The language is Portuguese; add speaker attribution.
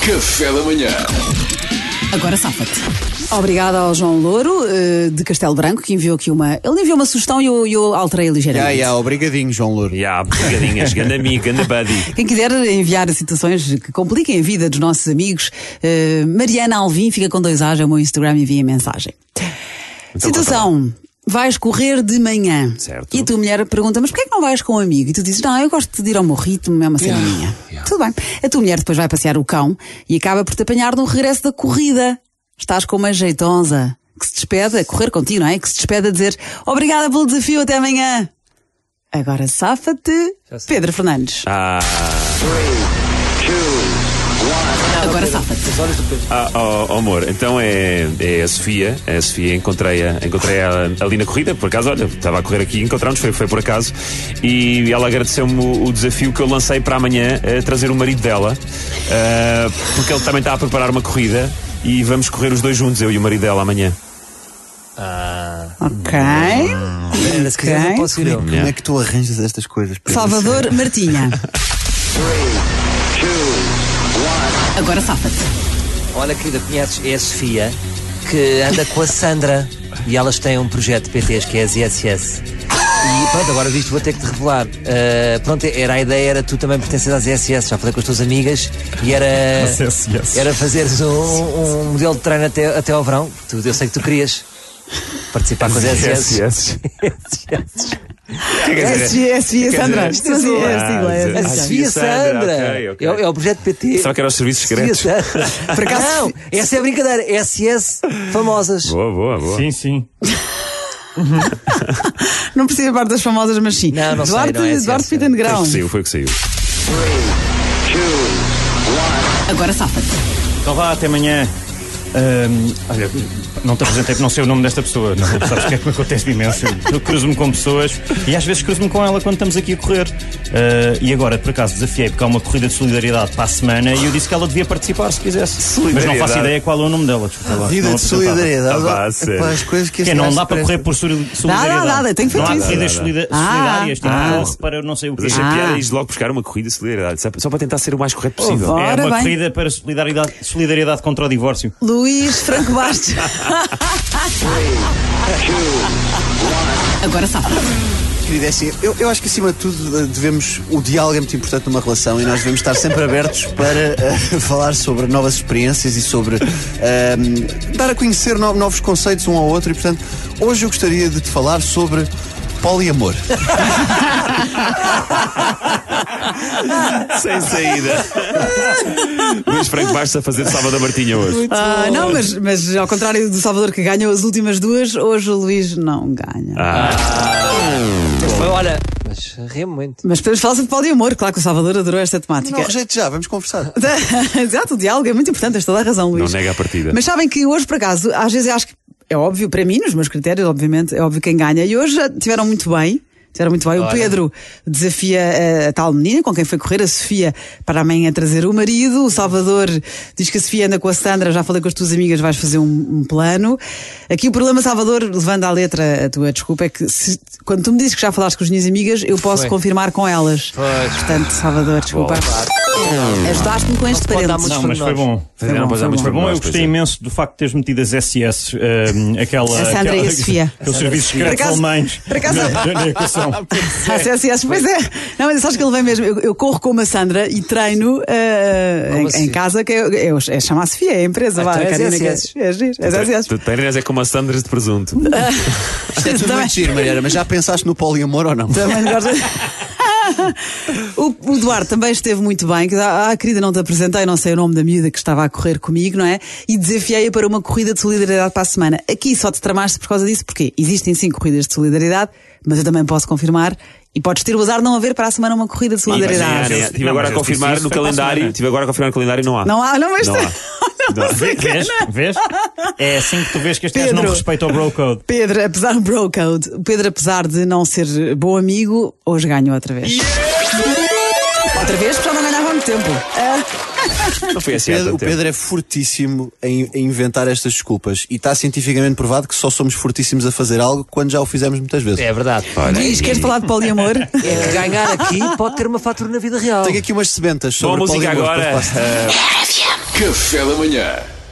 Speaker 1: Café da manhã.
Speaker 2: Agora safa-te. Obrigada ao João Louro, eh, de Castelo Branco, que enviou aqui uma. Ele enviou uma sugestão e eu, eu alterei ligeiramente.
Speaker 3: Ya, ya, obrigadinho, João Louro.
Speaker 4: E há pegadinhas, ganda amigo, ganda buddy.
Speaker 2: Quem quiser enviar situações que compliquem a vida dos nossos amigos, eh, Mariana Alvim, fica com dois A's, é o meu Instagram, envia mensagem. Situação. Vais correr de manhã.
Speaker 4: Certo.
Speaker 2: E a tua mulher pergunta, mas porquê é que não vais com um amigo? E tu dizes, não, eu gosto de ir ao meu ritmo, é uma cena minha. Tudo bem. A tua mulher depois vai passear o cão e acaba por te apanhar no regresso da corrida. Estás com uma jeitosa que se despede, a correr contigo, não é? Que se despede a dizer, obrigada pelo desafio, até amanhã. Agora safa-te, Pedro Fernandes.
Speaker 4: Ah,
Speaker 2: Agora safa-te.
Speaker 4: ah, oh, oh, amor, então é, é a Sofia. É a Sofia, encontrei-a encontrei ali na corrida, por acaso, olha, estava a correr aqui, encontramos, foi, foi por acaso. E ela agradeceu-me o, o desafio que eu lancei para amanhã, eh, trazer o marido dela, ah, porque ele também está a preparar uma corrida e vamos correr os dois juntos, eu e o marido dela amanhã.
Speaker 2: Ok.
Speaker 3: Se quiseres, eu posso ir eu. Como
Speaker 4: Ya.
Speaker 3: é que tu arranjas estas coisas? Pedro?
Speaker 2: Salvador Martinha. Agora safa-te.
Speaker 5: Olha, querida, conheces é a Sofia que anda com a Sandra e elas têm um projeto de PTs que é a ZSS. E pronto, agora disto vou ter que te revelar. Ah, pronto, era a ideia, era tu também pertences à ZSS, já falei com as tuas amigas e era. Era fazeres um, um modelo de treino até, até ao verão. Tu, eu sei que tu querias participar com a ZSS.
Speaker 4: é, yes. é
Speaker 2: É, SG, Sandra.
Speaker 4: dizer,
Speaker 2: Sim, sim, é a
Speaker 4: ah,
Speaker 2: sigla, é a
Speaker 5: A
Speaker 4: Ah,
Speaker 2: sigla.
Speaker 4: Sofia
Speaker 5: Sofia
Speaker 4: Sandra,
Speaker 5: Sandra!
Speaker 4: ok, ok.
Speaker 5: É, o- é o projeto PT.
Speaker 4: Será que era os serviços
Speaker 5: Sofia
Speaker 4: secretos?
Speaker 5: Sandra. Não, essa é a brincadeira. SS famosas.
Speaker 4: Boa, boa, boa.
Speaker 6: Sim, sim.
Speaker 2: Não precisa parte das famosas, mas sim.
Speaker 5: Não, não sei,
Speaker 2: Duarte,
Speaker 5: não é essa,
Speaker 2: Duarte
Speaker 5: essa.
Speaker 2: Pita
Speaker 4: Foi o
Speaker 2: Negrão.
Speaker 4: que saiu, foi o que saiu.
Speaker 2: Agora safa-te.
Speaker 6: Então vá, até amanhã. Ahm, olha, não te apresentei porque não sei o nome desta pessoa. Não, sabes o que é que me acontece imenso? Eu cruzo-me com pessoas e às vezes cruzo-me com ela quando estamos aqui a correr. Ah, e agora, por acaso, desafiei porque há uma corrida de solidariedade para a semana e eu disse que ela devia participar se quisesse. Mas não faço
Speaker 4: Solidariedade.
Speaker 6: ideia qual é o nome dela. Desculpa lá.
Speaker 3: Vida
Speaker 6: não
Speaker 3: de
Speaker 6: apresentava.
Speaker 3: solidariedade.
Speaker 4: Ah, vá,
Speaker 3: Epá,
Speaker 4: sério.
Speaker 3: as coisas que
Speaker 6: Que
Speaker 3: este
Speaker 6: não
Speaker 3: gajo
Speaker 6: dá para
Speaker 3: presta.
Speaker 6: correr por soli- solidariedade.
Speaker 2: dá, tem feito
Speaker 6: não há
Speaker 2: isso.
Speaker 6: corridas solida-
Speaker 2: Ah,
Speaker 6: solidárias, tipo,
Speaker 2: ah.
Speaker 6: corre para eu não sei o quê.
Speaker 4: Mas achei
Speaker 2: Ah.
Speaker 4: piada isto logo buscar uma corrida de solidariedade, só, só para tentar ser o mais correto possível.
Speaker 2: vá.
Speaker 6: É
Speaker 2: Ora
Speaker 6: uma
Speaker 2: bem.
Speaker 6: corrida para solidariedade, solidariedade contra o divórcio.
Speaker 2: Luís Franco Bastos. Agora safa-te.
Speaker 3: Querida, é assim, eu, eu acho que acima de tudo eh, devemos. O diálogo é muito importante numa relação e nós devemos estar sempre abertos para eh, falar sobre novas experiências e sobre eh, dar a conhecer no- novos conceitos um ao outro. E portanto, hoje eu gostaria de te falar sobre poliamor. Assim,
Speaker 4: Sem saída. Luís Franco basta fazer Salvador Martinha hoje.
Speaker 2: Ah, não, mas, mas ao contrário do Salvador que ganhou as últimas duas, hoje o Luís não ganha.
Speaker 5: Ah.
Speaker 4: Ah,
Speaker 5: Foi, olha, mas remo muito.
Speaker 2: Mas podemos falar sobre poliamor, claro que o Salvador adorou esta temática.
Speaker 3: Não rejeite já, vamos conversar.
Speaker 2: Exato, o diálogo é muito importante, tens toda a razão, Luís.
Speaker 4: nega a partida.
Speaker 2: Mas sabem que hoje, por acaso, às vezes eu acho que é óbvio, para mim, nos meus critérios, obviamente, é óbvio quem ganha. E hoje ah, tiveram muito bem. Tiveram muito bem. O Pedro desafia ah, a, tal menina com quem foi correr, a Sofia, para amanhã trazer o marido. O Salvador diz que a Sofia anda com a Sandra, já falei com as tuas amigas, vais fazer um, um plano. Aqui o problema, Salvador, levando à letra a tua desculpa, é que se- quando tu me dizes que já falaste com as minhas amigas, eu posso
Speaker 5: Foi.
Speaker 2: confirmar com elas. Portanto, Salvador, desculpa. Ajudaste-me com este
Speaker 5: Não pode dar
Speaker 2: parênteses.
Speaker 5: muitos
Speaker 6: Não, mas foi
Speaker 5: pormenores.
Speaker 6: bom.
Speaker 4: Não,
Speaker 2: bom,
Speaker 4: pois
Speaker 2: foi bom.
Speaker 4: há muitos
Speaker 6: Foi bom, eu
Speaker 4: pormenores, pois
Speaker 6: gostei
Speaker 4: é.
Speaker 6: imenso do facto de teres metido as SS, ehm, aquela.
Speaker 2: é A Sandra
Speaker 6: aquela,
Speaker 2: e a Sofia.
Speaker 6: Aqueles serviços
Speaker 2: Por
Speaker 6: secretos
Speaker 2: acaso-
Speaker 6: alemães.
Speaker 2: por acaso-
Speaker 6: na- na educação.
Speaker 2: Ah, sim, sim, sim, pois é. Não, mas sabes que ele vem mesmo. Eu, eu corro com uma Sandra e treino eh,
Speaker 5: Como
Speaker 2: em,
Speaker 5: assim?
Speaker 2: em casa, que é, é, o- é chama a Sofia, é a empresa.
Speaker 5: Ah,
Speaker 2: vá,
Speaker 5: então
Speaker 2: a
Speaker 5: és
Speaker 2: Karina que é-
Speaker 5: SS.
Speaker 2: é giro, és SS.
Speaker 5: Então
Speaker 4: Tu treinas é como a Sandras de presunto.
Speaker 3: Isto é tudo
Speaker 2: Também.
Speaker 3: muito giro, Mariana, mas já pensaste no poliamor ou não?
Speaker 2: Também gosto. O, o Duarte também esteve muito bem. que dá- Ah, querida, não te apresentei, não sei o nome da miúda que estava a correr comigo, não é? E desafiei-a para uma corrida de solidariedade para a semana. Aqui só te tramaste por causa disso, porque existem sim corridas de solidariedade, mas eu também posso confirmar. E podes ter o azar de não haver para a semana uma corrida de solidariedade.
Speaker 6: sim, sim.
Speaker 4: Estive
Speaker 6: Não,
Speaker 4: agora a
Speaker 6: mas eu disse
Speaker 4: confirmar
Speaker 6: isso
Speaker 4: no
Speaker 6: foi para a
Speaker 4: calendário.
Speaker 6: semana.
Speaker 4: Estive agora a confirmar no calendário e não há.
Speaker 2: Não há, não, mas.
Speaker 4: Não há.
Speaker 2: Não, sei que-
Speaker 6: Vês? Vês? É assim que tu vês que este gajo
Speaker 2: Pedro.
Speaker 6: não respeita o bro code.
Speaker 2: Pedro, apesar do bro code, o Pedro, apesar de não ser bom amigo, hoje ganhou outra vez. Outra vez, porque já não ganhava há muito tempo.
Speaker 4: Não foi assim há
Speaker 3: Pedro-
Speaker 4: tanto
Speaker 3: o
Speaker 4: tempo.
Speaker 3: Pedro é fortíssimo em, em inventar estas desculpas e está cientificamente provado que só somos fortíssimos a fazer algo quando já o fizemos muitas vezes.
Speaker 5: É verdade.
Speaker 2: Luís, queres falar de poliamor?
Speaker 5: É que ganhar aqui pode ter uma fatura na vida real.
Speaker 3: Tenho aqui umas sementas
Speaker 4: Boa
Speaker 3: sobre
Speaker 4: música
Speaker 3: poliamor,
Speaker 4: agora.
Speaker 3: depois passo.
Speaker 4: Ah,
Speaker 1: Café da Manhã